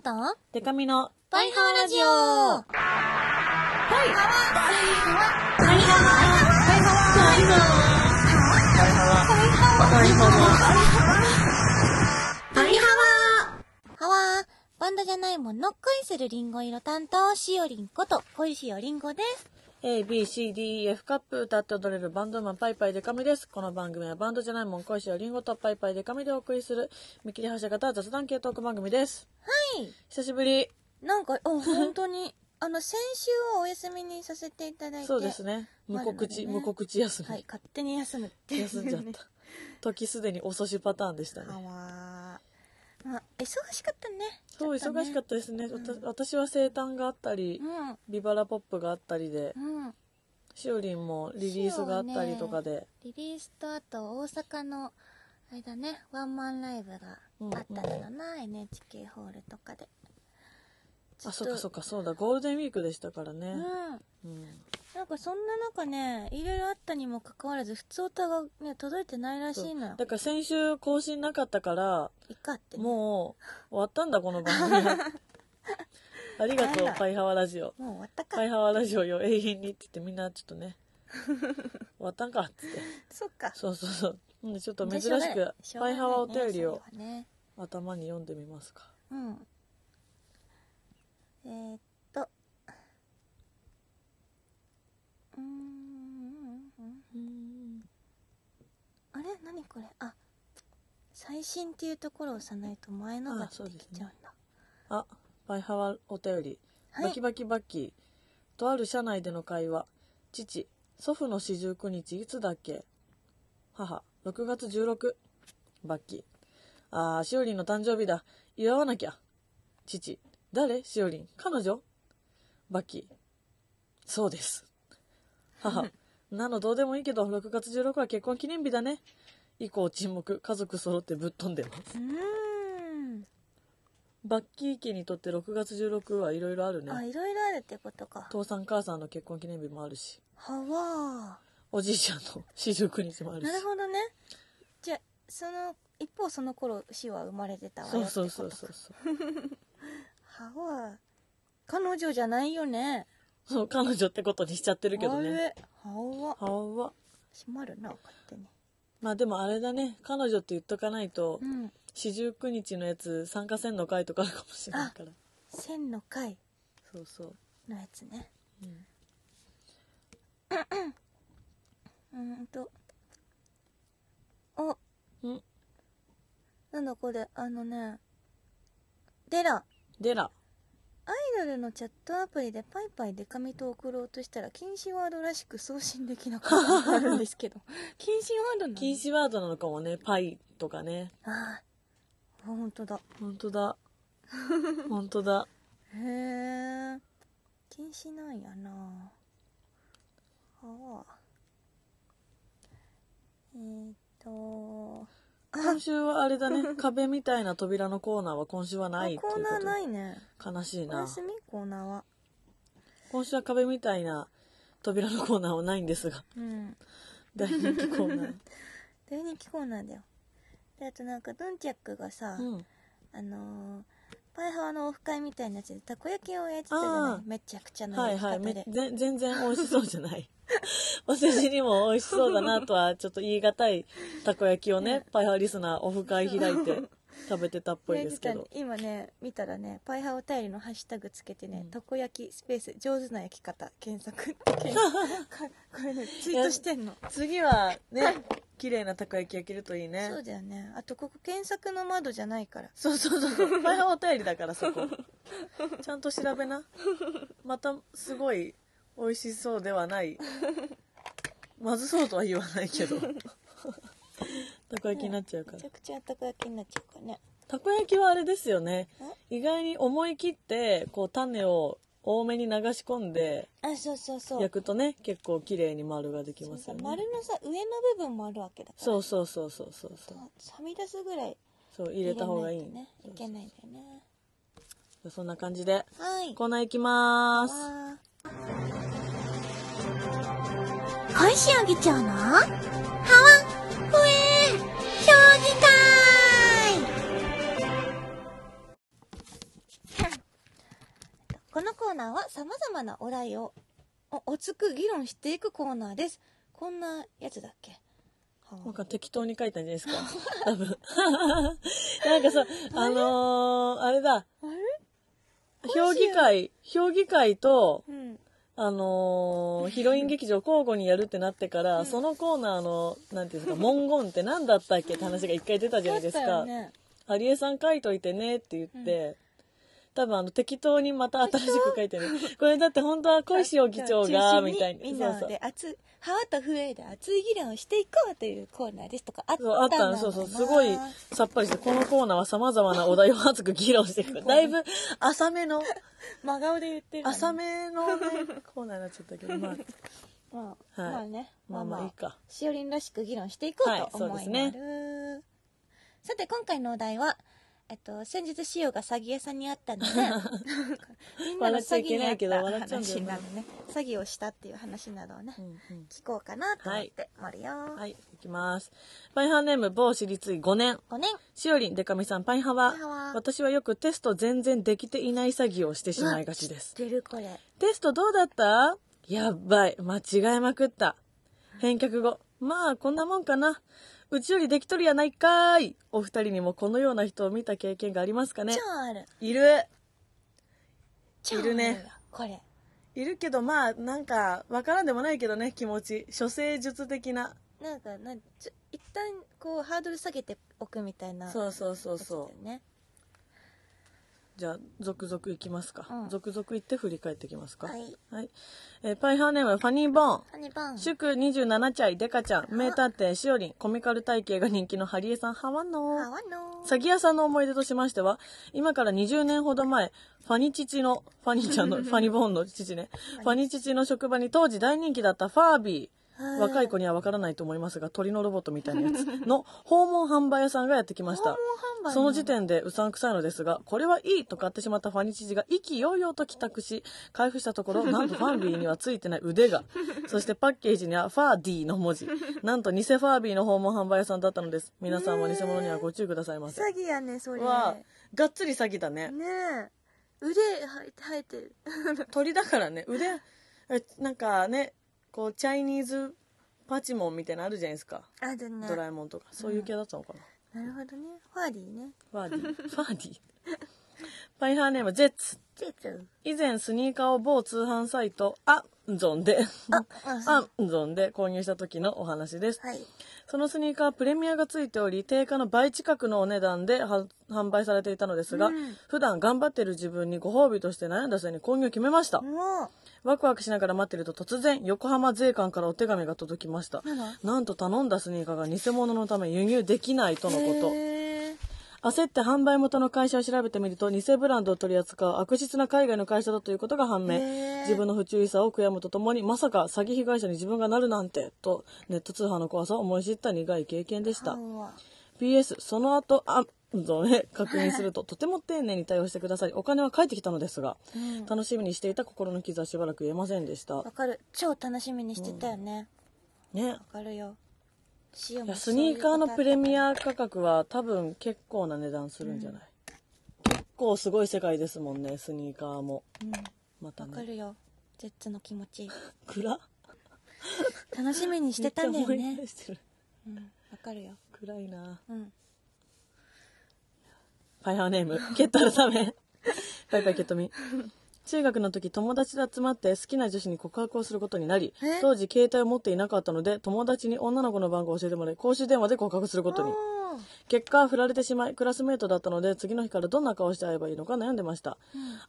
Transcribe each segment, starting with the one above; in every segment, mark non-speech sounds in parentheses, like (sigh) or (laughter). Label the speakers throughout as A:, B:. A: と
B: デカミの
A: バイハーラジオ
C: バイハ
A: ハワーバンドじゃないもの恋するリンゴ色担当、しおりんこと、恋しおりんごです。
B: A, B, C, D, E, F カップ歌って踊れるバンドマンパイパイデカミです。この番組はバンドじゃないもん恋しよりんごとパイパイデカミでお送りする見切り発車型雑談系トーク番組です。
A: はい。
B: 久しぶり。
A: なんか、お、本当に、あの、先週はお休みにさせていただいて。
B: そうですね。無告知、無告知休み。
A: はい、勝手に休むっていうね
B: 休んじゃっ。た。時すでに遅しパターンでした
A: ハ
B: ね。
A: ワーあ、忙しかったね。
B: そう、忙しかったですね。わた私は生誕があったり、
A: た。
B: ビバラポップがあったりで、
A: うん。うん。
B: しおりんもリリースがあったりとかで、
A: リリースとあと大阪のあれだねワンマンライブがあったのだな、NHK ホールとかで
B: あ、そっかそっ
A: か
B: か、そうだ、ゴールデンウィークでしたから
A: う
B: ね。
A: ん
B: うん
A: なんかそんな中ねいろいろあったにもかかわらず普通歌がね届いてないらしいのよ
B: だから先週更新なかったから
A: いかってね
B: もう終わったんだこの番組
A: (laughs)
B: ありがと
A: あら
B: うパイハワラジオ
A: もう終わったか、
B: パイハワラジオよ永遠にって言ってみんなちょっとね終わったんかっつって
A: そっか
B: そうそうそうなんでちょっと珍し
A: じゃあょうが
B: く
A: ない
B: パイハワお便り
A: しょ
B: を
A: うがないね
B: 頭に読んでみますか
A: それはねうんえー、っとうーんあれ何これあ最新っていうところを押さないと前のが
B: あそ
A: 出
B: う
A: て
B: で
A: き
B: す
A: ち
B: ね
A: ゃうんだ、
B: あパイハワお便り
A: は
B: バ
A: い
B: キバキバキとある社内での会話父祖父の四十九日いつだっけ母6月16バッキああしおりんの誕生日だ祝わなきゃ父誰しおりん彼女バッキそうです母
A: (laughs)
B: なのどうでもいいけど6月16は結婚記念日だね以降沈黙家族揃ってぶっ飛んでます
A: うー
B: バッキー家にとって6月16はいろいろあるね
A: んあいろいろあるってことか
B: 父さん母さんの結婚記念日もあるし
A: はわ
B: おじいちゃんの四十九日もあ
A: ー
B: るし
A: なるほどねじゃあその一方その頃死は生まれてたわよ
B: そ
A: っ
B: う
A: てこと
B: そう
A: か
B: そうそうそう
A: はわー彼女じゃないよね
B: そう彼女ってことにしちゃってるけど
A: あ
B: ね
A: れはわ
B: はわ
A: 閉まるな勝手に
B: まあでもあれだね彼女って言っとかないと
A: うん
B: 四十九日のやつ参加せんの会とかあるかもしれないから
A: 千の回
B: そうそう
A: のやつね
B: うん
A: うーんとお
B: うん
A: なんだこれあのねデラ
B: でら
A: アイドルのチャットアプリでパイパイデカミと送ろうとしたら禁止ワードらしく送信できなかったのがあるんですけど禁止ワードなの
B: (laughs) 禁止ワードなのかもねパイとかね
A: ああほんとだ
B: 本
A: (laughs)
B: 当だ本当だ
A: へえ禁止なんやなああえー、っと
B: 今週はあれだね壁みたいな扉のコーナーは今週はないっていう
A: コー
B: こ
A: ナー
B: と
A: ないね
B: 悲しい
A: お
B: な
A: 休みコーナーは
B: 今週は壁みたいな扉のコーナーはないんです (laughs) が
A: うん
B: 大人気コーナー
A: 大人気コーナーだよであとなんかドンチャックがさ、
B: うん、
A: あのーパイハワのオフ会みたいなやつでたこ焼きを焼いてたじゃな
B: あ
A: いめちゃくちゃな
B: はい
A: 焼き
B: は
A: 方
B: い
A: で、
B: めぜ全然美味しそうじゃない (laughs) お世辞にも美味しそうだなとはちょっと言い難いたこ焼きをねパイハーリスナーオフ会開いて食べてたっぽいですけ
A: ね
B: ど
A: 実は今ね見たらねパイハワお便りのハッシュタグつけてね、たこ焼きスペース上手な焼き方検索って検索これねツイートしてんの
B: 次はね綺麗なたこ焼き焼けるといいね
A: (laughs) そうだよねあとここ検索の窓じゃないから
B: そうそうそうそうパイハーお便りだからそこちゃんと調べなまたすごい美味しそうではないまずそうとは言わないけどたこ焼きになっちゃうから
A: めちゃくちゃたこ焼きになっちゃうからね
B: たこ焼きはあれですよね意外に思い切ってこう種を多めに流し込んで
A: あそうそうそう
B: 焼くとね結構綺麗に丸ができ
A: そ
B: ま
A: う
B: す
A: さ
B: よ
A: 丸
B: ね
A: のさ上の部分もあるわけだから
B: そうそうそうそうそうそう
A: はみ出すぐらい
B: そう入れた方がいい
A: 入れないとねいけないんだよね
B: そうそんな感じで
A: はい
B: コーナー行きまーす
A: 小石尾議長のハワフエ評議会このコーナーは様々なお題をおおつく議論していくコーナーですこんなやつだっけは
B: なんか適当に書いたんじゃないですか多分なんかさあのー、あれだ
A: あれ
B: 評議会評議会と
A: うん
B: あのー、ヒロイン劇場交互にやるってなってから、そのコーナーのなんていうんですか文言って何だったっけって話が一回出たじゃないです
A: あった
B: か
A: よね
B: 「ハリエさん書いといてね」って言って、多分あの適当にまた新しく書いてるこれだって本当は小石尾議
A: (laughs)
B: 長が
A: 中心に
B: みたいに
A: みんな
B: そうそう
A: で熱い歯と笛で熱い議論をしていこうというコーナーですとかあった
B: そう、あった
A: んだ
B: の、そうそう、すごいさっぱりして、このコーナーは様々なお題を熱く議論してい (laughs) く。だいぶ浅めの、
A: 真顔で言ってるのに
B: 浅めのね、コーナーになっちゃったけど、まあ、
A: まあ、
B: はい
A: まあね
B: まあまあいいか。
A: しおりんらしく議論していこうと思
B: はいい
A: まる、
B: そうです
A: さて今回のお題はえっと先日しおが詐欺屋さんに会った
B: (laughs)
A: んで、ね、みんなの詐欺にあった
B: 笑
A: 話な
B: っちゃいけないけど笑っちゃうんだよね
A: どね詐欺をしたっていう話などをね、
B: (laughs) うんうん
A: 聞こうかなと思ってまるよ、
B: はい、いきます。パイハーネーム、某私立医5年。
A: 5年
B: しおりん、でかみさん、パイハワ
A: パイハワ。
B: 私はよくテスト全然できていない詐欺をしてしまいがちです。
A: 出るこれ
B: テストどうだったやっばい、間違えまくった。返却後、まあこんなもんかな。うちよりできとるやないかーい。お二人にもこのような人を見た経験がありますかね
A: 超ある
B: いる。
A: 超あ
B: いるね
A: わこれ
B: いるけど、まあなんか、わからんでもないけどね、気持ち。処世術的な。
A: なんかなんちょ一旦こうハードル下げておくみたいな
B: そうそうそう
A: う
B: そ
A: ね
B: う。じゃあ、続々いきますか。
A: うん
B: 続々いって振り返っていきますか。
A: はい。
B: えーパイハーネーム、ファニーボーン。
A: ハニバン
B: 祝27チャイ、デカちゃん、名探偵、しおりん、コミカル体型が人気のハリエさん、ハワノー。
A: ハワの
B: 詐欺屋さんの思い出としましては、今から20年ほど前、ファニ父の、ファニちゃ
A: (laughs)
B: んの、ファニボーンの父ね、ファニ父の職場に当時大人気だったファービー、若い子にはわからないと思いますが、鳥のロボットみたいなやつの訪問販売屋さんがやってきました。
A: 訪問販売なの
B: その時点でうさんくさいのですが、これはいいと買ってしまったファニチジが意気揚々と帰宅し、開封したと
A: (laughs)
B: ころ、なんとファンビーにはついてない腕が、そしてパッケージにはファーディーの文字、なんと偽ファービーの訪問販売屋さんだったのです。皆さんも偽物にはご注意くださいませ。
A: 詐欺やねそれ
B: は
A: ね
B: がっつり詐欺だね
A: え腕生えてる (laughs)
B: 鳥だからね腕えなんかねこうチャイニーズパチモンみたいなのあるじゃないですか、
A: あるね
B: ドラえもんとかそういう系だったのかな、
A: なるほどねファーディーね
B: ファーディーファーディーパイハーネームジェッツ
A: チーズ
B: 以前スニーカーを某通販サイトアンゾンで
A: ああ
B: アンゾンで購入した時のお話です
A: はい
B: そのスニーカーはプレミアがついており定価の倍近くのお値段では販売されていたのですが、普段頑張ってる自分にご褒美として悩んだ末に購入を決めました、
A: も
B: ワクワクしながら待ってると突然横浜税関からお手紙が届きまし
A: う
B: た
A: なん
B: なんと頼んだスニーカーが偽物のため輸入できないとのこと
A: へえ
B: 焦って販売元の会社を調べてみると偽ブランドを取り扱う悪質な海外の会社だということが判明
A: へー
B: 自分の不注意さを悔やむとともにまさか詐欺被害者に自分がなるなんてとネット通販の怖さを思い知った苦い経験でした
A: うわ
B: PS その後あぞね確認するととても丁寧に対応してくださいお金は返ってきたのですが、
A: うん
B: 楽しみにしていた心の傷はしばらく言えませんでした
A: わかる超楽しみにしてたよね
B: ね
A: わかるよ塩
B: い
A: も
B: やスニーカーのプレミ
A: ア
B: ア価格は多分結構な値段するんじゃない、結構すごい世界ですもんねスニーカーもまた
A: わか
B: ね
A: るよ絶ッツの気持ち
B: 暗
A: 楽しみにしてたんだよ
B: (laughs) めっちゃ思い
A: ね
B: 出してる
A: うんわかるよ
B: 暗いな
A: うん
B: ファイハーネー (laughs) ムケット改めバイバイケットミ中学の時友達で集まって好きな女子に告白をすることになり
A: え
B: 当時携帯を持っていなかったので友達に女の子の番号を教えてもらい公衆電話で告白することに
A: おー
B: 結果振られてしまいクラスメートだったので次の日からどんな顔して会えばいいのか悩んでました、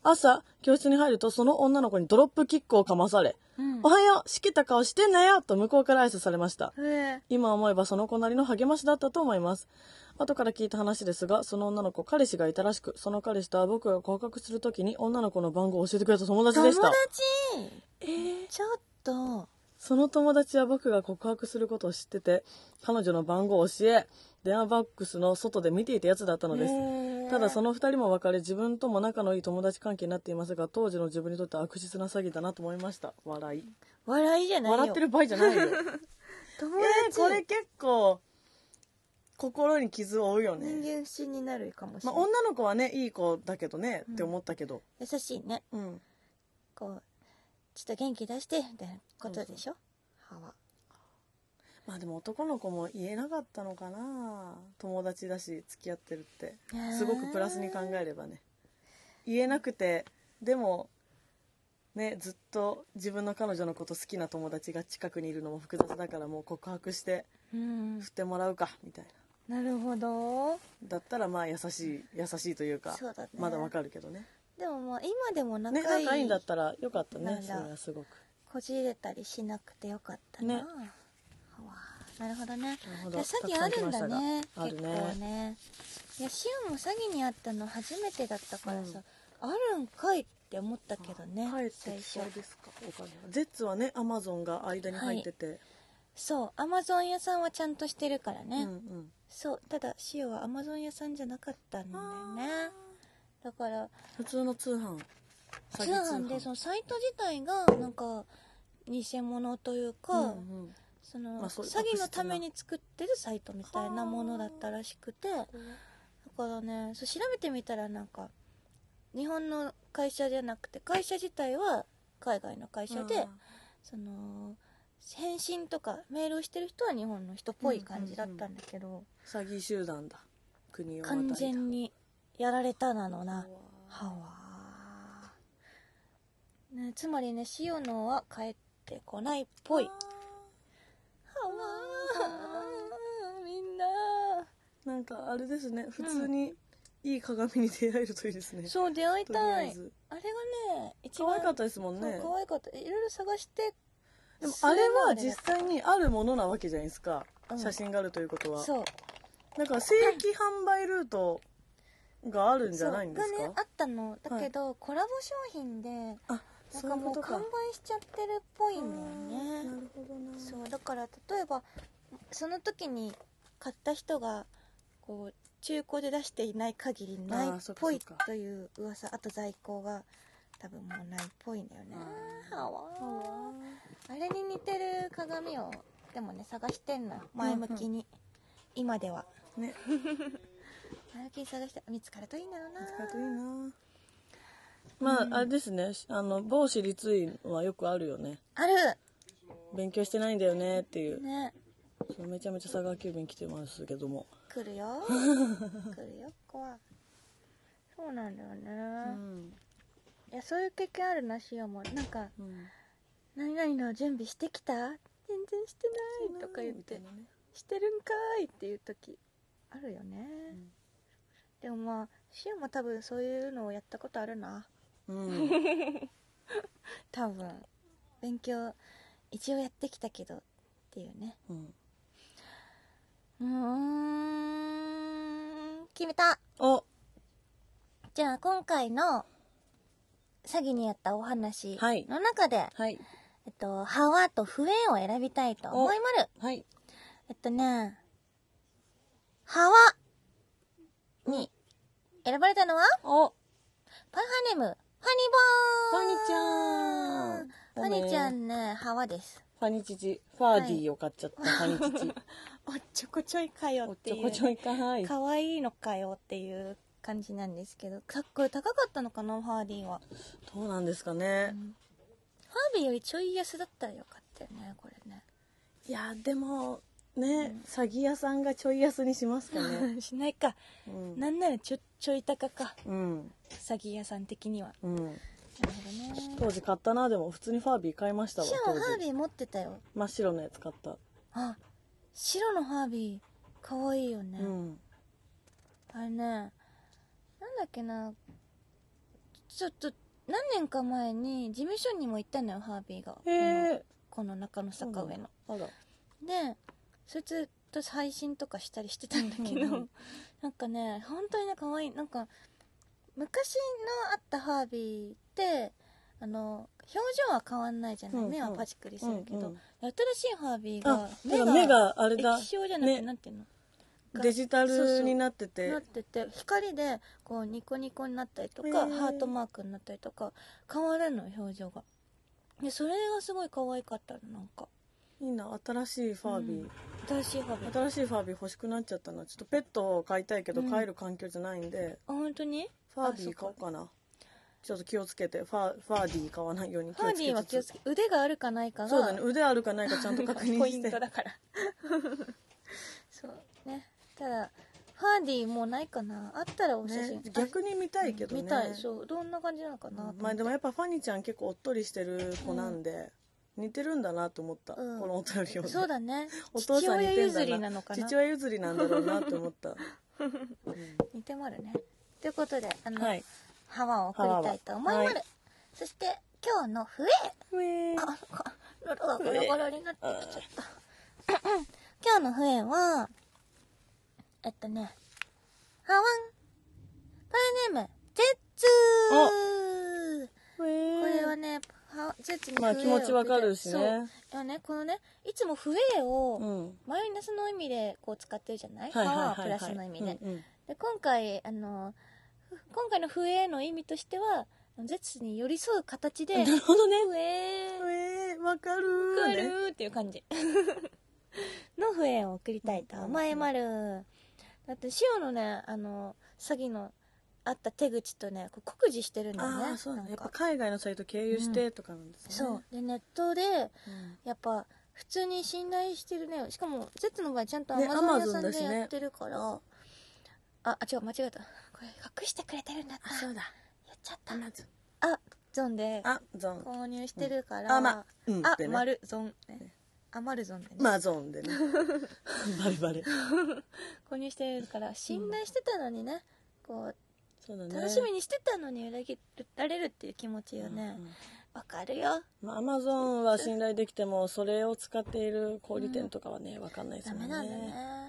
B: 朝教室に入るとその女の子にドロップキックをかまされ「
A: うん
B: おはようしきた顔してんなよ!」と向こうから挨拶されました
A: へえ
B: 今思えばその子なりの励ましだったと思います後から聞いた話ですがその女の子彼氏がいたらしくその彼氏とは僕が告白するときに女の子の番号を教えてくれた友達
A: 友
B: でし
A: 達
B: た
A: ちょっと
B: その友達は僕が告白することを知ってて彼女の番号を教え電話ボックスの外で見ていたやつだったのですただその2人も別れ自分とも仲のいい友達関係になっていますが当時の自分にとっては悪質な詐欺だなと思いました笑い
A: 笑いじゃないよ
B: 笑ってる場合じゃ (laughs) ないよ
A: 友
B: えー
A: 達、
B: これ結構心に傷を負うよね、
A: 人間不信になるかもしれ
B: まあ、
A: ない、
B: 女の子はねいい子だけどね、って思ったけど
A: 優しいね
B: うん
A: こうちょっと元気出してみたいなことでしょ歯は
B: まあでも男の子も言えなかったのかな友達だし付き合ってるってすごくプラスに考えればね言えなくてでもねずっと自分の彼女のこと好きな友達が近くにいるのも複雑だからもう告白して
A: うん
B: 振ってもらうかみたいな
A: なるほど
B: だったらまあ優しい優しいというか
A: そうだね
B: まだわかるけどね
A: でもまあ今でも仲
B: ね
A: いい,、
B: 仲いいんだったらよかった
A: なん
B: ね
A: だ
B: それはすごく
A: こじれたりしなくてよかったな、
B: ね
A: 歯はなるほどね
B: なるほ
A: じゃ
B: ど
A: あ詐欺あるんだね
B: たくさん来ましたがあ
A: 結
B: るね
A: 構ねいやシオも詐欺にあったの初めてだったからさ、あるんかいって思ったけどね
B: 帰っ
A: 最
B: て
A: 初
B: きそうですかお金はゼッツはねアマゾンが間に入ってて、
A: そうアマゾン屋さんはちゃんとしてるからね、
B: うんうん
A: そうただシオはアマゾン屋さんじゃなかったんだよねだから
B: 普通の通販
A: 通
B: 詐欺
A: 販でそのサイト自体がなんか偽物というか、
B: うんうん
A: その
B: まあそういう
A: 詐欺のために作ってるサイトみたいなものだったらしくてだからねそう調べてみたらなんか日本の会社じゃなくて会社自体は海外の会社で、その返信とかメールをしてる人は日本の人っぽい感じだったんだけど、
B: 詐欺集団だ国をまたいだ
A: 完全にやられたなのな
B: うわ
A: はわね、つまりね塩野は帰ってこないっぽいはわ (laughs) みんな
B: なんかあれですね普通にいい鏡に出会えるといいですね、
A: そう出会い
B: とりあ
A: た
B: え
A: い
B: ず
A: あれがね一
B: 可
A: 番
B: 愛かったですもん
A: そ
B: ね
A: う可愛かったいろいろ探して
B: でもあれは
A: それ
B: 実
A: まで
B: 際にあるものなわけじゃないですか、
A: うん
B: 写真があるということは
A: そう
B: だから正規販売ルートがあるんじゃないんです
A: そうが
B: か
A: ねあったのだけど、コラボ商品で
B: あ
A: なん
B: そう
A: か
B: いうこ
A: もう
B: とか
A: 完売しちゃってるっぽいんだよね
B: なるほどな
A: そうだから例えばその時に買った人がこう中古で出していない限りないっ
B: あーそっか
A: ぽい
B: そっか
A: という噂あと在庫が多分もうないっぽいんだよね
B: あー
A: はわーあれに似てる鏡をでもね探してんのよ前向きに、今では
B: ね
A: (laughs) 前向きに探して見つかるといいんだろうな
B: 使うといいなまあ、あれですねあの某私立院はよくあるよね
A: ある
B: 勉強してないんだよねっていう、
A: ね
B: そのめちゃめちゃ佐川急便来てますけども
A: 来る (laughs) よ来るよ怖いそうなんだよね、
B: うん、
A: いやそういう経験あるなしよもなんか
B: うん、
A: 「何々の準備してきた全然してない」とか言っ
B: みたい
A: て
B: なね
A: 「してるんかい」っていう時あるよね、
B: ん
A: でもまあしよも多分そういうのをやったことあるな
B: うん
A: 多分勉強一応やってきたけどっていうね
B: うん、
A: うーん決めた
B: お
A: じゃあ今回の詐欺にやったお話
B: はい
A: の中で、
B: はい
A: えっと「ハワ」と「笛」を選びたいと思いまる
B: はい
A: えっとね、ハワに選ばれたのは、
B: お
A: パンハネム、ファニボ
B: ファニ
A: ー
B: ちゃん
A: ファニちゃ
B: フ
A: んね、ハワです。
B: ァニチチファーディーを買っちゃった、ファニチ (laughs) チ
A: おっちょこちょいかよ
B: お
A: っ
B: ってちょ
A: い
B: こちょ
A: う。
B: いかはい
A: かわいいのかよっていう感じなんですけど、かっこい高かったのかな、ハーディーは。
B: どうなんですかね、
A: ハービーよりちょい安だったらよかったよね、これね。
B: いやでもね、詐欺屋さんがちょい安にしますか (laughs)
A: (laughs)
B: ね
A: しないか。
B: うん
A: なんならちょ、ちょい高か。
B: うん、
A: 詐欺屋さん的には。
B: うん、
A: なるほどね。
B: 当時買ったなでも普通にファービー買いましたわ
A: シオ
B: 当
A: ンハー
B: 時
A: ビー持ってたよ。
B: 真っ白のやつ買った、
A: あ白のハービーかわいいよね、
B: うん
A: あれねなんだっけなちょっと何年か前に事務所にも行ったのよハービーが
B: へえ
A: このこの中野坂上の、
B: あら
A: でそいつと配信とかしたりしてたんだけど、
B: うんうん
A: (laughs) なんかね本当にね可愛いなんか昔のあったハービーってあの表情は変わんないじゃない、
B: うんうん
A: 目はパチクリするけど、
B: うんうん
A: 新しいハービーが
B: あだから目があれだ
A: 液晶じゃなくて、
B: ね
A: なんていうのが
B: デジタ
A: そうそ
B: ル
A: う
B: になってて
A: なってて光でこうニコニコになったりとか、
B: へー
A: ハートマークになったりとか変わるのよ表情がでそれがすごい可愛かったのなんか
B: いいな新しいファービー、
A: 新しいハービーあ
B: 新しいファービー欲しくなっちゃったなちょっとペットを飼いたいけど
A: うん
B: 飼える環境じゃないんで、
A: 本当に
B: ファービー買おうかなちょっと気をつけてファーファーディー買わないように
A: ハーディーは気をつけ腕があるかないかが
B: そうだね腕あるかないかちゃんと確認
A: ポイ
B: し
A: ン
B: て
A: トだから (laughs) そうねただハーディーもうないかなあったらお写真、
B: ね、逆に見たいけどね
A: 見たいそうどんな感じなのかなと思って
B: まあでもやっぱファニーちゃん結構おっとりしてる子なんで、似てるんだなと思った、
A: うん
B: このお便りを、
A: そうだね
B: お父さん似てん
A: 父親譲
B: だ
A: り
B: な
A: なのかな
B: 父親譲りなんだろうなと思った、
A: 似てまるねということであの、
B: はい
A: ハワンを送りたいと思いま
B: ハ
A: る、
B: ワンは
A: そして今日の笛あ喉がゴロゴロになってきちゃった今日の笛はえっとねハワンパーネームジェッツこれはねハジェッツに笛
B: ま
A: を
B: あ気持ちわかるし
A: そう
B: ね
A: いやねこのねいつも笛
B: う
A: を
B: ん
A: マイナスの意味でこう使ってるじゃない,、
B: はいは
A: ハ
B: い
A: ワンは
B: は
A: プ
B: いは
A: ラ
B: い
A: スの意味で、
B: うんうん
A: で今回あのふ今回の笛の意味としては絶に寄り添う形で
B: なるほどね
A: 笛
B: えーわかるー
A: 来
B: ね
A: るっていう感じの笛を送りたいと思いまるだって塩のねあの詐欺のあった手口とねこう酷似してるんだよね
B: ああそうだね
A: な
B: や
A: ん
B: っ
A: か
B: ぱ海外のサイト経由してとかなんですね、
A: そうでネットで
B: うん
A: やっぱ普通に信頼してるねしかも Z の場合ちゃんとア
B: ね
A: マゾン屋
B: Amazon
A: さん
B: だし
A: で
B: ね
A: やってるから、ああ違う間違えたこれ隠してくれてるんだった
B: そうだ
A: やっちゃった
B: アマゾン
A: あゾンで
B: あゾン
A: 購入してるから、
B: あまうん
A: あ
B: ってね
A: マルゾンねあマルゾンでね、
B: マゾンで (laughs) ねバレバレ
A: 購入してるから信頼してたのにね、こ
B: そうだ
A: う
B: ね
A: 楽しみにしてたのに裏切られるっていう気持ちよね
B: うんうん
A: わ、かるよ
B: まあ、アマゾンは信頼できてもそれを使っている小売店とかはね分かんないです
A: ダ
B: も
A: メ
B: ん
A: なんだ
B: ね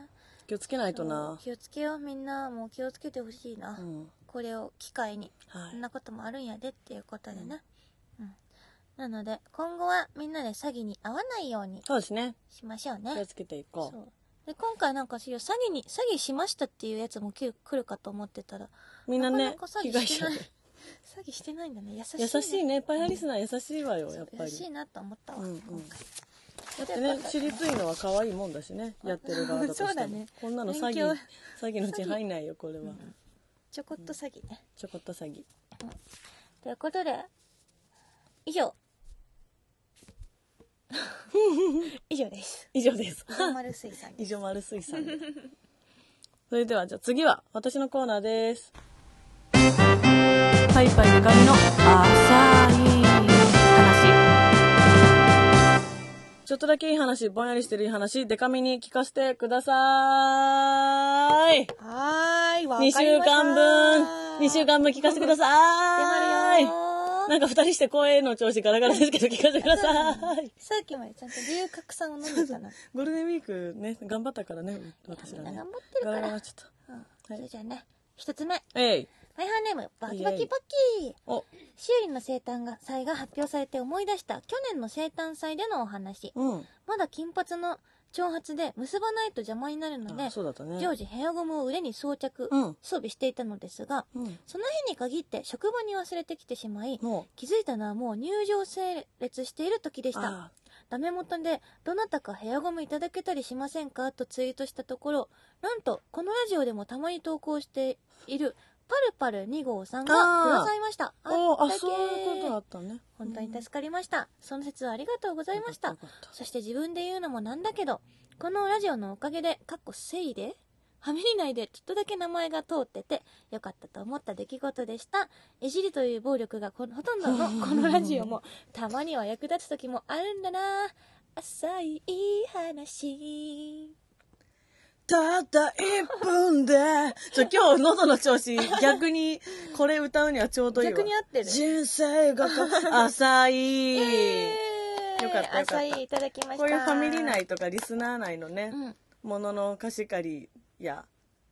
A: ね
B: 気をつけないとな
A: 気をつけようみんなもう気をつけてほしいな、
B: うん
A: これを機会に
B: は
A: そ
B: い
A: んなこともあるんやでっていうことでね、うんなので今後はみんなで詐欺に遭わないように
B: そうですね
A: しましょう
B: 気を
A: ね
B: つけてい
A: そ
B: こ
A: うで今回なんかそういう詐欺に詐欺しましたっていうやつも来る来るかと思ってたら
B: うみんな
A: なか
B: ね
A: なか詐
B: 被
A: 欺
B: 害
A: して
B: 者
A: ない (laughs) 詐欺してないんだね優しいね
B: 優しいねパイハリスナー優しいわよやっぱ
A: 優
B: り
A: しいなと思ったわ、
B: うんうん
A: 今回
B: だってね知りついのは可愛いもんだしねやってる側だとしても
A: そうだね
B: こんなの詐
A: 勉
B: 欺
A: 強
B: 詐欺のうち入んないよこれは、
A: んちょこっと詐欺ね、
B: ちょこっと詐欺
A: ということで以
B: (laughs)
A: 上以上です
B: 以上です
A: 以上丸水産
B: 以 (laughs) 上丸水さんそれではじゃあ次は私のコーナーですパイパイゆかりの浅い話ちょっとだけいい話ぼんやりしてるいい話デカみに聞かせてくださーい
A: はーいわかりま
B: 2
A: した
B: 週間分2週間分聞かせてくださーい
A: 出まるよ
B: な
A: ー
B: んか2人して声の調子ガラガラですけど聞かせてくださーい
A: さっきまでちゃんと龍角散を飲んでたな
B: (laughs) ゴールデンウィークね頑張ったからね私ら
A: みんな
B: ね
A: 頑張ってるか
B: ガ
A: ら
B: ラガラになっちゃっ
A: うん
B: はい
A: それじゃあね一つ目フ
B: たえい
A: ァイハーネームバキバキバキ
B: お
A: シウリの生誕が祭が発表されて思い出した去年の生誕祭でのお話
B: うん
A: まだ金髪の長髪で結ばないと邪魔になるので
B: あそうだったね
A: 常時ヘアゴムを腕に装着、
B: うん
A: 装備していたのですが
B: うん
A: その日に限って職場に忘れてきてしまい
B: も
A: 気づいたのはもう入場整列している時で
B: う
A: した
B: あ
A: ダメ元で「どなたかヘアゴムいただけたりしませんか?」とツイートしたところなんとこのラジオでもたまに投稿しているパルパル2号さんが
B: あー
A: くださいました
B: お
A: った
B: あ
A: けー
B: そういうことあったね
A: 本当に助かりました、その説はありがとうございました
B: よかったよかっ
A: そして自分で言うのもなんだけどこのラジオのおかげでかっこ誠意ではみり内でちょっとだけ名前が通っててよかったと思った出来事でしたいじりという暴力がこほとんど
B: (laughs)
A: のこのラジオもたまには役立つ時もあるんだな浅いいい話
B: たった1
A: (laughs)
B: 分でちょ今日喉の調子逆にこれ歌うにはちょうどいいわ
A: 逆に合ってる
B: 人生が
A: (laughs)
B: か浅い、
A: えー
B: よかったよかった
A: 浅いいただきました
B: こういうファミリー内とかリスナー内のね、
A: うん
B: ものの貸し借りや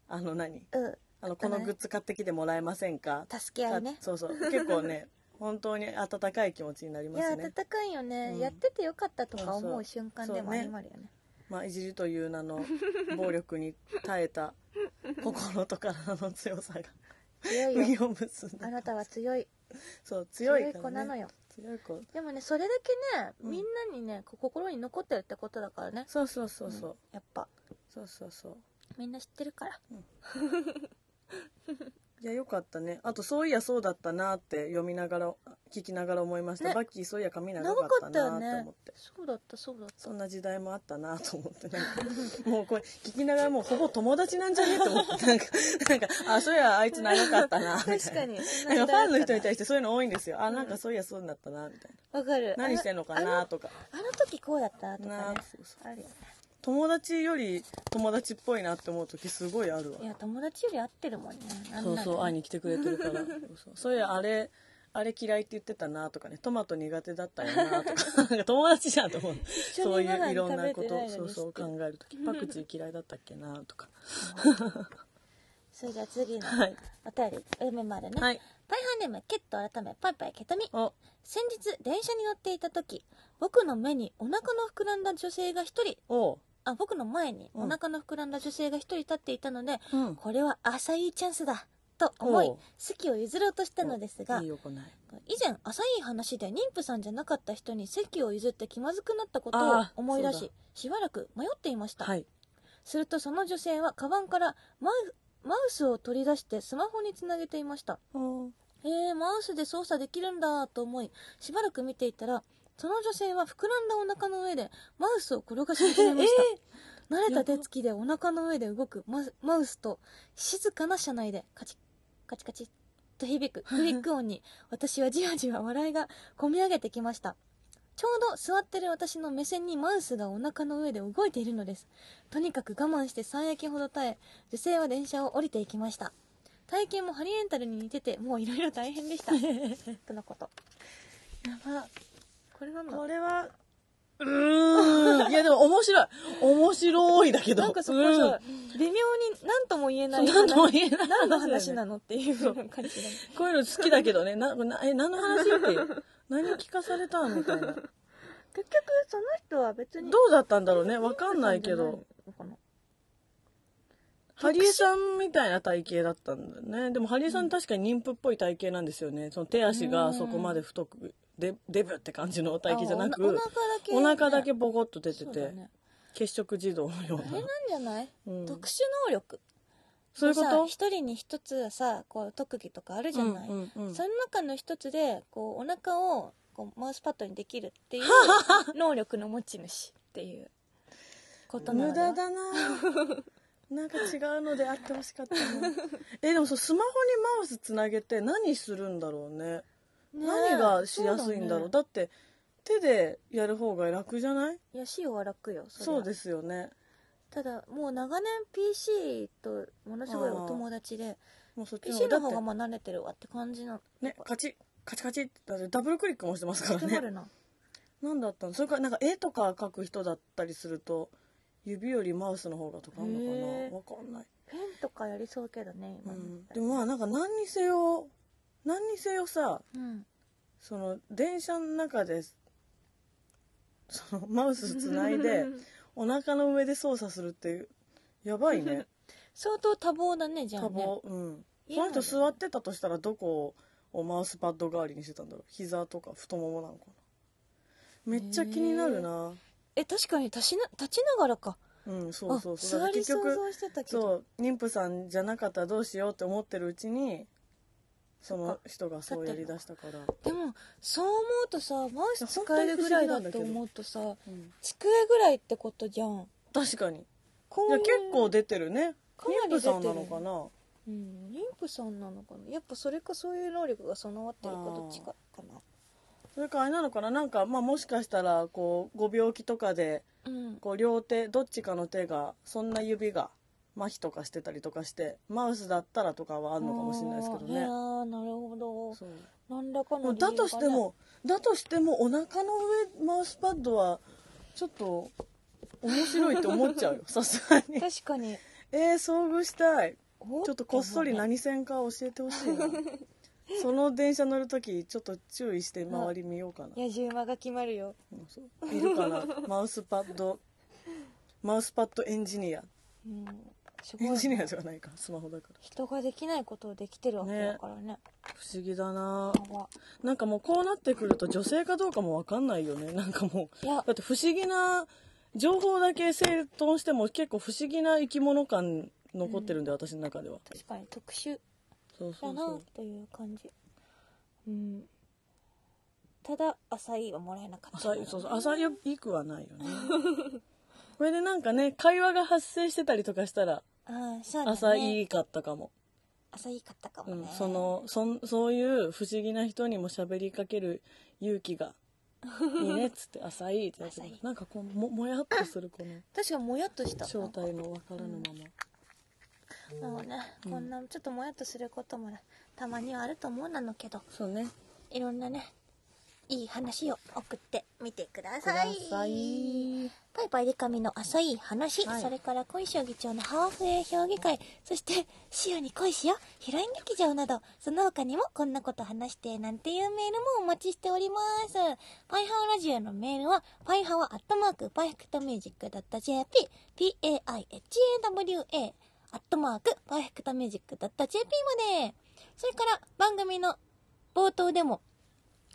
B: あの何
A: うん
B: あのこのグッズ買ってきてもらえませんか
A: 助け合いね
B: そうそう結構ね本当に温かい気持ちになり
A: い
B: ま
A: や
B: す
A: 温
B: ね
A: かいよね、
B: うん
A: やっててよかったとか
B: そう
A: 思
B: そう
A: う瞬間でもありまるよね
B: まあいじりという
A: (laughs)
B: 名の暴力に耐えた心と体の強さが
A: 強いよ
B: 実を結ん
A: あ
B: だ
A: なたは強い
B: そう強
A: 強
B: い
A: い
B: か
A: 子な
B: ら
A: の
B: ね
A: よ
B: 強い子
A: でもねそれだけね、
B: うん
A: みんなにねこう心に残ってるってことだからね
B: そうそうそうそう、
A: やっぱ
B: そうそうそう
A: みんな知ってるから、
B: いやよかったねあとそういやそうだったなって読みながら聞きながら思いました、
A: ね
B: バッキーそういや髪長
A: 長
B: か
A: か
B: っ
A: った
B: た
A: よ
B: なと
A: ね
B: 思って、
A: そうだったそうだっ
B: そんな時代もあったなと思ってな
A: (laughs)
B: んかもうこれ聞きながらもうほぼ友達なんじゃねえと思ってなんかなんかあそういやあいつ長かったなみ
A: た
B: たいな
A: 確 (laughs) かにそんな
B: なん
A: 時代だっ
B: かファンの
A: た
B: 人
A: な
B: に対してそういうの多いんですよあなんかそういやそうだったなみたい
A: わかる
B: な何してんのかな
A: と
B: とか
A: あのあの時こうだったと
B: な
A: か
B: あ
A: ね
B: そうそう
A: あるよね
B: 友達より友達っぽいなって思う時すごいあるわ
A: いや友達より合ってるもんねなん
B: そう
A: なら
B: そう会いに来てくれて
A: (laughs)
B: るからそうそうそういやあれあれ嫌いって言ってたなとかねトマト苦手だったよ
A: (laughs)
B: なとかなんか友達じゃんと思う
A: 緒に
B: そ
A: マ
B: ういう
A: マ
B: い
A: に
B: ろん
A: 食
B: な
A: べ
B: こ
A: て
B: と
A: ないのに
B: そうそ
A: 知っ
B: う
A: て
B: 考える時パクチー嫌いだったっけなとか
A: それじゃあ次の
B: (laughs) はい
A: お便り読むまでね、
B: はい
A: パイハーネームケット改めパイパイケタミ
B: お
A: 先日電車に乗っていた時僕の目にお腹の膨らんだ女性が一人
B: お
A: あ僕の前に
B: うん
A: お腹の膨らんだ女性が一人立っていたので、
B: うん
A: これは浅いチャンスだと思い
B: おう
A: 席を譲ろうとしたのですが
B: いいよこない
A: 以前浅い話で妊婦さんじゃなかった人に席を譲って気まずくなったことを
B: あー
A: 思い出
B: そう
A: ししばらく迷っていました、
B: はい
A: するとその女性はカバンからマウマウスを取り出してスマホにつなげていました
B: お
A: えー、マウスで操作できるんだと思いしばらく見ていたらその女性は膨らんだお腹の上でマウスを転がし始めました、慣れた手つきでお腹の上で動くマスマウスと静かな車内でカチッカチカチッと響くクリック音に私はじわじわ笑いがこみ上げてきましたちょうど座ってる私の目線にマウスがお腹の上で動いているのですとにかく我慢して3駅ほど耐え女性は電車を降りていきました体型もハリエンタルに似ててもういろいろ大変でした
B: (laughs)
A: とのことやばこれなんだ
B: これはうーんいやでも面白い面白いだけど
A: なんかそこさ、微妙に何とも言えない
B: そう何とも言えない
A: 何の話なのっていう感じだね
B: こういうの好きだけどね、な、なえ、何の話って、何聞かされたみたいな。ど
A: 結局その人は別に
B: うだったんだろうね、わかんないけど。ハリエさんみたいな体型だったんだよね。でもハリエさん確かに妊婦っぽい体型なんですよね。その手足がそこまで太く、で、デブって感じの体型じゃな
A: あお
B: く、お
A: お腹だけ
B: 腹だけボコッと出て
A: そう
B: て
A: だ、ね
B: 血色児童のよう
A: あれなん
B: な。
A: じゃない、
B: うん
A: 特殊能力
B: そういうこ
A: さ
B: と
A: 一人に一つはさこう特技とかあるじゃない、
B: うんうんうん
A: その中の一つでこうお腹をこうマウスパッドにできるっていう能力の持ち主っていうことなの
B: 無
A: では
B: 駄だな (laughs) ぁなんか違うのであってほしかったなえでもそうスマホにマウスつなげて何するんだろうね
A: ねえ
B: 何がしやすいんだろう
A: そ
B: だ
A: ね
B: って手でやる方が楽じゃない
A: いや仕様は楽よそれは
B: そうですよね
A: ただもう長年 PC とものすごいお友達で
B: もうそっちの
A: PC の
B: だ
A: 方
B: っ
A: が
B: て
A: まあ慣れてるわって感じな
B: ねカチッカチカチッだってダブルクリックもしてますから
A: 決ま
B: ね
A: るな
B: 何だったのそれからなんか絵とか描く人だったりすると指よりマウスの方がとかあるのか
A: へえ
B: なわかんない
A: ペンとかやりそうけどね今
B: うん
A: ね
B: でもまあなんか何にせよ何にせよさ
A: うん
B: その電車の中でそのマウスつないでお腹の上で操作するってやばい
A: (laughs)
B: ね
A: (laughs) 相当多忙だねじゃあ
B: 多
A: ね
B: 忙、うん
A: い
B: そ
A: や
B: の人座ってたとしたらどこをマウスパッド代わりにしてたんだろう膝とか太ももなのかなめっちゃ気になるな、
A: え確かに立ちな立ちながらか
B: うんそうそうそう
A: あ座り
B: 結
A: 想
B: 局
A: 像してたけど
B: そう妊婦さんじゃなかったらどうしようって思ってるうちにその人がそうやりだしたから、
A: でもそう思うとさマウス使えるぐらいだって思うとさ
B: うん
A: 机ぐらいってことじゃん
B: 確かに
A: こ
B: いう
A: い
B: や
A: う
B: 結構出てるね
A: かなり出
B: 妊
A: て
B: 婦
A: る
B: さんなのかな
A: うん妊婦さんなのかなやっぱそれかそういう能力が備わってるかどっちかかな
B: それかあれなのかななんか、まあ、もしかしたらこうご病気とかで
A: うん
B: こう両手どっちかの手がそんな指が麻痺とかしてたりとかしてマウスだったらとかはあるのかもしれないですけど
A: あ
B: ね
A: ーなるほど
B: そう
A: 何らか
B: も
A: の
B: う
A: 理由が
B: だ
A: ね
B: としてもだとしてもお腹の上マウスパッドはちょっと面白いって思っちゃう (laughs) よさすがに
A: 確か
B: (laughs)
A: に
B: えー、遭遇したい
A: お
B: ちょっとこっそり何線か教えてほしいな (laughs) その電車乗るときちょっと注意して周り見ようかな
A: やじ馬が決まるよ
B: うんそういるかなマウスパッドマウスパッドエンジニア
A: うんすご
B: エンジ
A: い
B: ニアじゃないかスマホだか
A: 人ができないことをできてるわけ
B: ね
A: だからね
B: ら不思議だな
A: なんか
B: なんかもうこうなってくると女性かどうかもわかんないよねなんかもう
A: いや
B: だって不思議な情報だけ整頓しても結構不思議な生き物感残ってるんで、私の中では
A: 確かに特殊
B: そうそ
A: だ
B: う
A: な
B: そう
A: という感じうんただ浅いはもらえなかった
B: 朝そうそう朝よくはないよ (laughs) ねこれでなんかね会話が発生してたりとかしたら
A: うんそうだね
B: 朝いいかったかも、
A: 浅いかったか
B: う
A: も
B: ん
A: ね、、
B: そのそんそういう不思議な人にも喋りかける勇
A: (laughs)
B: 気がいいねっつって浅いってやつ
A: 浅い
B: なんかこうももやっとす
A: (laughs)
B: るこの
A: 確かにもやっとした
B: 正体のわからぬまま
A: もうね、
B: うん
A: こんなちょっともやっとすることもねたまにはあると思うなのけど
B: そうね
A: いろんなねいい話を送ってみてくだ
B: くだ
A: さい
B: さい
A: パイパイデカミの浅い話、
B: はい
A: それから恋将議長のハーフウェイ評議会、そして、潮に恋しよ、ヒロイン劇場など、その他にもこんなこと話してなんていうメールもお待ちしております。パイハワラジオのメールは、パイハワアットマーク、パーフェクトミュージック .jp、p-a-i-h-a-w-a、アットマーク、パーフェクトミュージック .jp まで。それから、番組の冒頭でも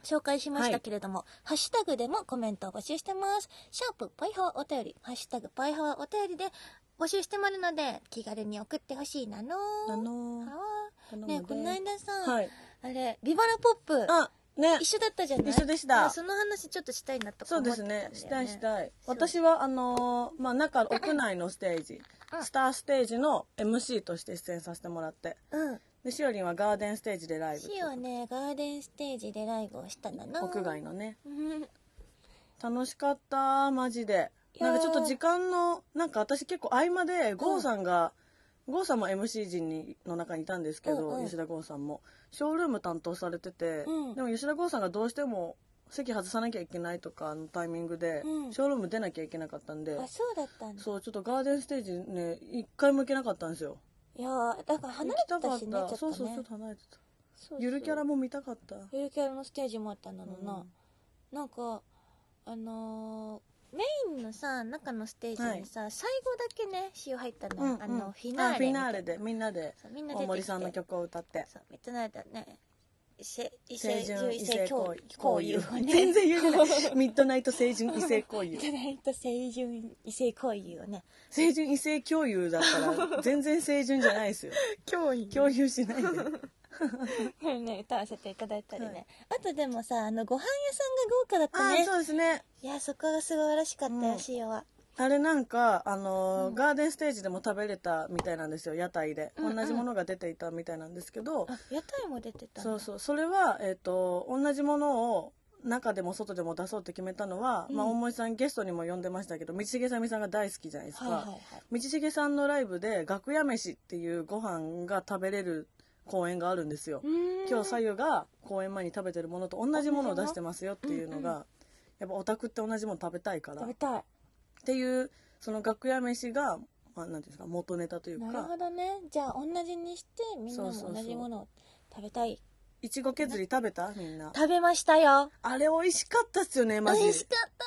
A: 紹介しましたけれども、ハッシュタグでもコメントを募集してます。シャープパイハワお便り、ハッシュタグパイハワお便りで募集してもらうので、気軽に送ってほしいなの
B: あのー
A: はわ
B: 頼む
A: ねえ、
B: で
A: この間さ、
B: はい
A: あれ、ビバラポップ、
B: あね
A: 一緒だったじゃない
B: 一緒でした
A: あその話ちょっとしたいなとか
B: そう
A: 思
B: で
A: って
B: す
A: たんだよ
B: ね
A: ね。
B: したいしたい
A: そう
B: 私はあのーまあ中屋内のステージ
A: うん
B: スターステージの MC として出演させてもらって
A: うん。
B: でしおりんはガーデンステージでライブ
A: シはね、ガーデンステージでライブをしたんだな。
B: 屋外のね
A: うん。
B: 楽しかったマジで
A: いやー
B: なんかちょっと時間のなんか私結構合間で郷さんが、郷さんも MC 陣にの中にいたんですけど、
A: うんうん
B: 吉田郷さんもショールーム担当されてて、
A: うん
B: でも吉田郷さんがどうしても席外さなきゃいけないとかのタイミングで、
A: うん
B: ショールーム出なきゃいけなかったんで
A: あ、そうだったんだ。
B: そうちょっとガーデンステージね一回も行けなかったんですよ
A: いやーだから離れて
B: 行き
A: た
B: か
A: しね、ちょっとね。
B: そうそうちょっと離れてた
A: そうそう
B: ゆるキャラも見たかった
A: ゆるキャラのステージもあったんだろうな、
B: うん
A: なんかあのーメインのさ中のステージにさ、最後だけね塩入ったの、
B: うんうん
A: あのフィナーレ
B: あフィナーレでみんなで
A: そうみんな出てき
B: 大
A: て
B: 森さんの曲を歌って
A: そうめっちゃ慣れたね異性異性
B: 清純
A: 獣
B: 異
A: 異
B: 性
A: 性
B: 交
A: 交交
B: 友
A: 友をね
B: 全然言えてないミッドナイト清純異性
A: (laughs)
B: 交
A: い
B: 友
A: ただいた清純異性交友をね
B: 清純異性共有だったら全然清純じゃないですよ
A: 共有
B: 共有しないで
A: (laughs) ね歌わせていただいたりね、
B: はい
A: あとでもさあのご飯屋さんが豪華だ
B: あ
A: った
B: あー
A: ね
B: そうですね
A: いやそこが素晴らしかった
B: うん
A: よ塩、は
B: あれなんか、あのー
A: うん
B: ガーデンステージでも食べれたみたいなんですよ屋台で、
A: うんうん
B: 同じものが出ていたみたいなんですけど
A: あ屋台も出てたんだ
B: そうそうそれは、えー、と同じものを中でも外でも出そうって決めたのは、
A: うん
B: まあ、大森さんゲストにも呼んでましたけど道重さみさんが大好きじゃないですか、
A: はいはいはい
B: 道重さんのライブで楽屋飯っていうご飯が食べれる公演があるんですよ、今日
A: 今
B: 左右が公演前に食べてるものと同じものを出してますよっていうのが、
A: うん
B: やっぱオタクって同じもの食べたいから
A: 食べ
B: った
A: い
B: ていうその楽屋飯が、まあ、なんていうんですか元ネタという
A: なる
B: か
A: ほどねじゃあ同じにしてみんなも
B: そうそうそう
A: 同じものを食べたい
B: いちご削り食べたみんな
A: 食べましたよ
B: あれ美味しかったっすよねマジ
A: 美味しかった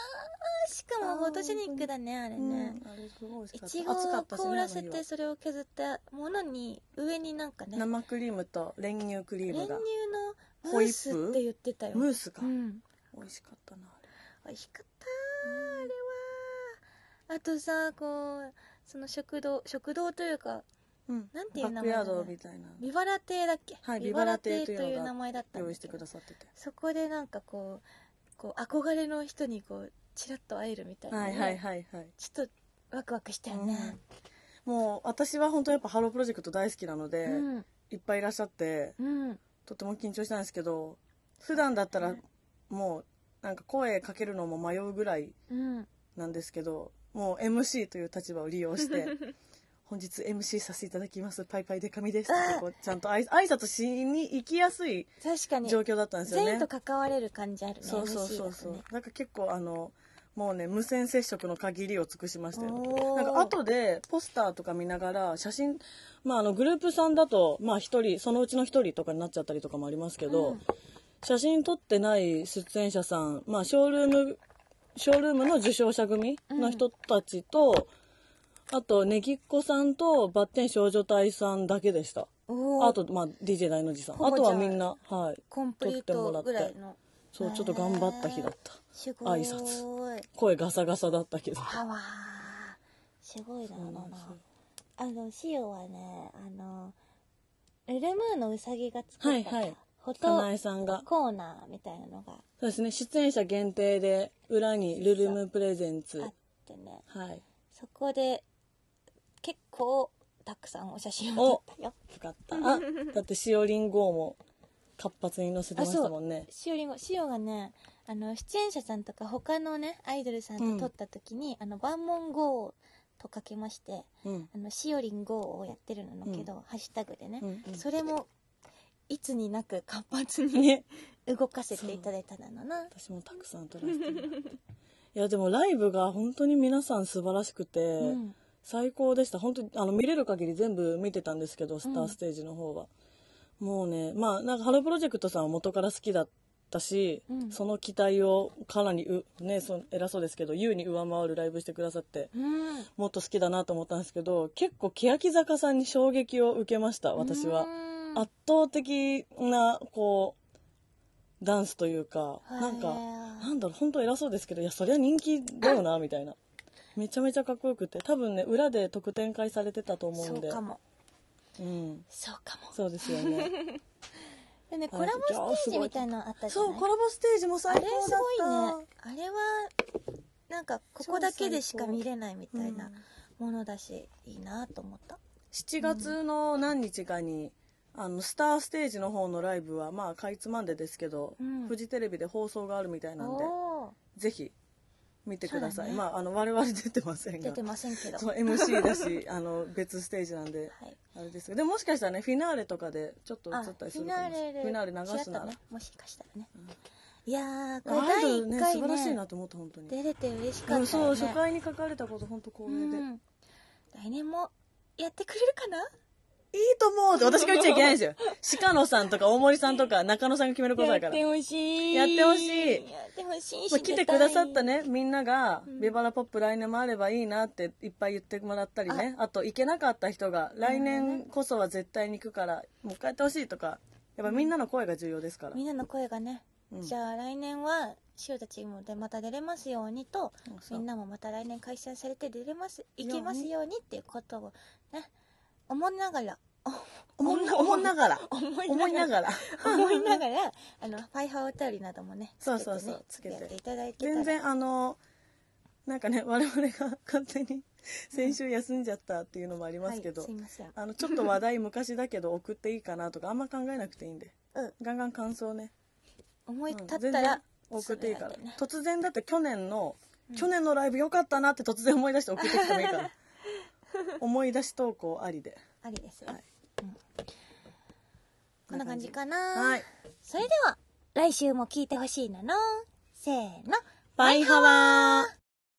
A: しかもフォトジェニックだねあれ
B: うん
A: ね、
B: あれすごい美味し
A: い
B: かった
A: ちごを
B: 暑かったしね
A: 凍ら
B: あ
A: せ
B: の
A: て
B: 日
A: それを削ったものに上になんかね
B: は生クリームと練乳クリ
A: 練
B: ーム
A: 乳
B: が
A: のムースって言ってたよ
B: ムースが
A: うん
B: 美味しかったなあれ
A: 美味しかったあれはあとさこうその食堂食堂というか
B: うん
A: なんていう名
B: バ
A: 前
B: ックヤー
A: だね
B: ドみたいな
A: ビバラ亭だっけ、
B: はい
A: ビバラ亭
B: ビ
A: と
B: バラ亭という
A: い
B: の
A: う
B: が
A: 名前だったん
B: 用
A: だ
B: 意して
A: けど
B: くださってて
A: そこでなんかこうこう憧れの人にこうチラッと会えるみたいな
B: は
A: ね、
B: いはいはいはい
A: ちょっとワクワクしたよね
B: もう私は本当やっぱハロープロジェクト大好きなので、
A: うん
B: いっぱいいらっしゃって
A: うん
B: とても緊張したんですけど普段だったらもうなんか声かけるのも迷うぐらい
A: うん
B: なんですけどもう MC という立場を利用して (laughs) 本日 MC させていただきますパイパイデカミですってこうちゃんとあい挨拶しに行きやすい
A: 確かに
B: 状況だったんですよ
A: 全
B: ね
A: 員と関われる感じあるね
B: そうそうそうそう
A: MC だとね
B: なんか結構あのもうね無線接触の限りを尽くしましたよね
A: おー
B: なんか後でポスターとか見ながら写真まああのグループさんだとまあ一人そのうちの一人とかになっちゃったりとかもありますけど、
A: うん
B: 写真撮ってない出演者さんまあショールームショールームの受賞者組の人たちと、あとねぎっこさんとバッテン少女隊さんだけでした
A: おー
B: あとまあ DJ 大の字さんあ
A: ほぼ
B: と
A: じゃあ
B: はみんなはい
A: コンプリートぐらいの
B: そうちょっと頑張った日だった
A: すごい
B: 挨拶声ガサガサだったけど
A: パワーすごいだろう
B: そうなん
A: な
B: です
A: あのシ
B: よ
A: オはねあのルルムーのうさぎが作った
B: はいはい
A: フォ
B: かなえ
A: ト
B: さんが。
A: コーナーみたいなのが
B: そうですね、出演者限定で、裏にルルムプレゼンツ。
A: あ
B: は
A: ってね、
B: い。
A: そこで結構たくさんお写真を撮ったよ
B: よかった。あ、だってしおりん号も活発に載せてましたもんね。
A: しおりんごしおがねあの出演者さんとか他のねアイドルさんと撮った時に「あの万文号」とかけまして
B: うん
A: 「あのしおりん号」をやってるのだけど、ハッシュタグでね、
B: うんうん
A: それもいつになく活発に
B: ね。
A: (laughs) 動かせていただいたなのな
B: 私もたくさん撮らせてもらって。いや、でもライブが本当に皆さん素晴らしくて、
A: うん
B: 最高でした本当にあの見れる限り全部見てたんですけどスターステージの方は、もうねまあなんかハロープロジェクトさんは元から好きだったし、
A: うん
B: その期待をかなりう、ね、その偉そうですけど優に上回るライブしてくださって
A: うん
B: もっと好きだなと思ったんですけど結構欅坂さんに衝撃を受けました私は、
A: うん
B: 圧倒的なこうダンスというか、
A: はい
B: なんかなんだろう本当偉そうですけどいやそりゃ人気だよなみたいなめちゃめちゃかっこよくて多分ね裏で特典会されてたと思う
A: そ
B: んで
A: うかも
B: うん、
A: そうかも
B: そ
A: (laughs)
B: うですよね
A: でね
B: あ
A: コラボステージみたいなのあったじゃない
B: ラボステージも
A: あ
B: 最
A: れすごいねあれはなんかここだけでしか見れないみたいなものだし、いいなと思った
B: 7月の何日かに、あのスターステージの方のライブはまあかいつまんでですけど、
A: うん
B: フジテレビで放送があるみたいなんで
A: お
B: ぜひ見てください、
A: そうだね
B: まああの我々出てません
A: ー
B: が
A: 出てませんけど
B: そう MC だしあの別ステージなんで
A: はい
B: あれですけどでももしかしたらねフィナーレとかでちょっと映
A: あ
B: ったりするかもしれないフィナーレ流すなら、
A: ねもしかしたらね、いやーこれ
B: アイド
A: 第
B: ルね
A: 1
B: 素
A: 回
B: 晴らしい
A: ね
B: なと思った本当に
A: 出れて嬉しかった
B: う
A: よ、
B: ん
A: ね、
B: そう初回に書かれたこと本当
A: う
B: 光栄で、いい
A: ん来年もやってくれるかな
B: と思うって私が言っちゃいけないんですよ鹿野さんとか大森さんとか中野さんが決めることだから
A: ほしい
B: やってほしい
A: やってほしいし
B: まあ来てくださったねみんなが
A: うん
B: 「ビバラポップ来年もあればいいな」っていっぱい言ってもらったりねあと行けなかった人が「来年こそは絶対に行くからもう一回やってほしい」とかやっぱみんなの声が重要ですから、
A: みんなの声がね、
B: うん
A: じゃあ来年は塩たちもでまた出れますようにと
B: そう
A: みんなもまた来年解散されて出れますいけますようにっていうことをね思いながら
B: 思いな思いながら
A: 思
B: 思い
A: (laughs)
B: ながら
A: 思いながらあのファイハーお便りなどもね
B: そうそうそう
A: つけて,、ね、
B: つ
A: や
B: けて
A: っていただいてたら
B: 全然あのなんかね我々が勝手に先週休んじゃったっていうのもありますけど、
A: はい、すいません
B: あのちょっと話題昔だけど送っていいかなとかあんま考えなくていいんで
A: うん
B: ガンガン感想ね、
A: 思
B: う
A: い
B: ん
A: 立っ
B: 全
A: たら
B: 然、送っていいから、
A: すぐやって
B: 突然だって去年の、去年のライブ良かったなって突然思い出して送ってきてもいいから思い出し投稿ありで
A: ありですよ、
B: はい
A: うんこんな感じかな
B: はい
A: それでは来週も聞いてほしいなのせーの
B: バイハワー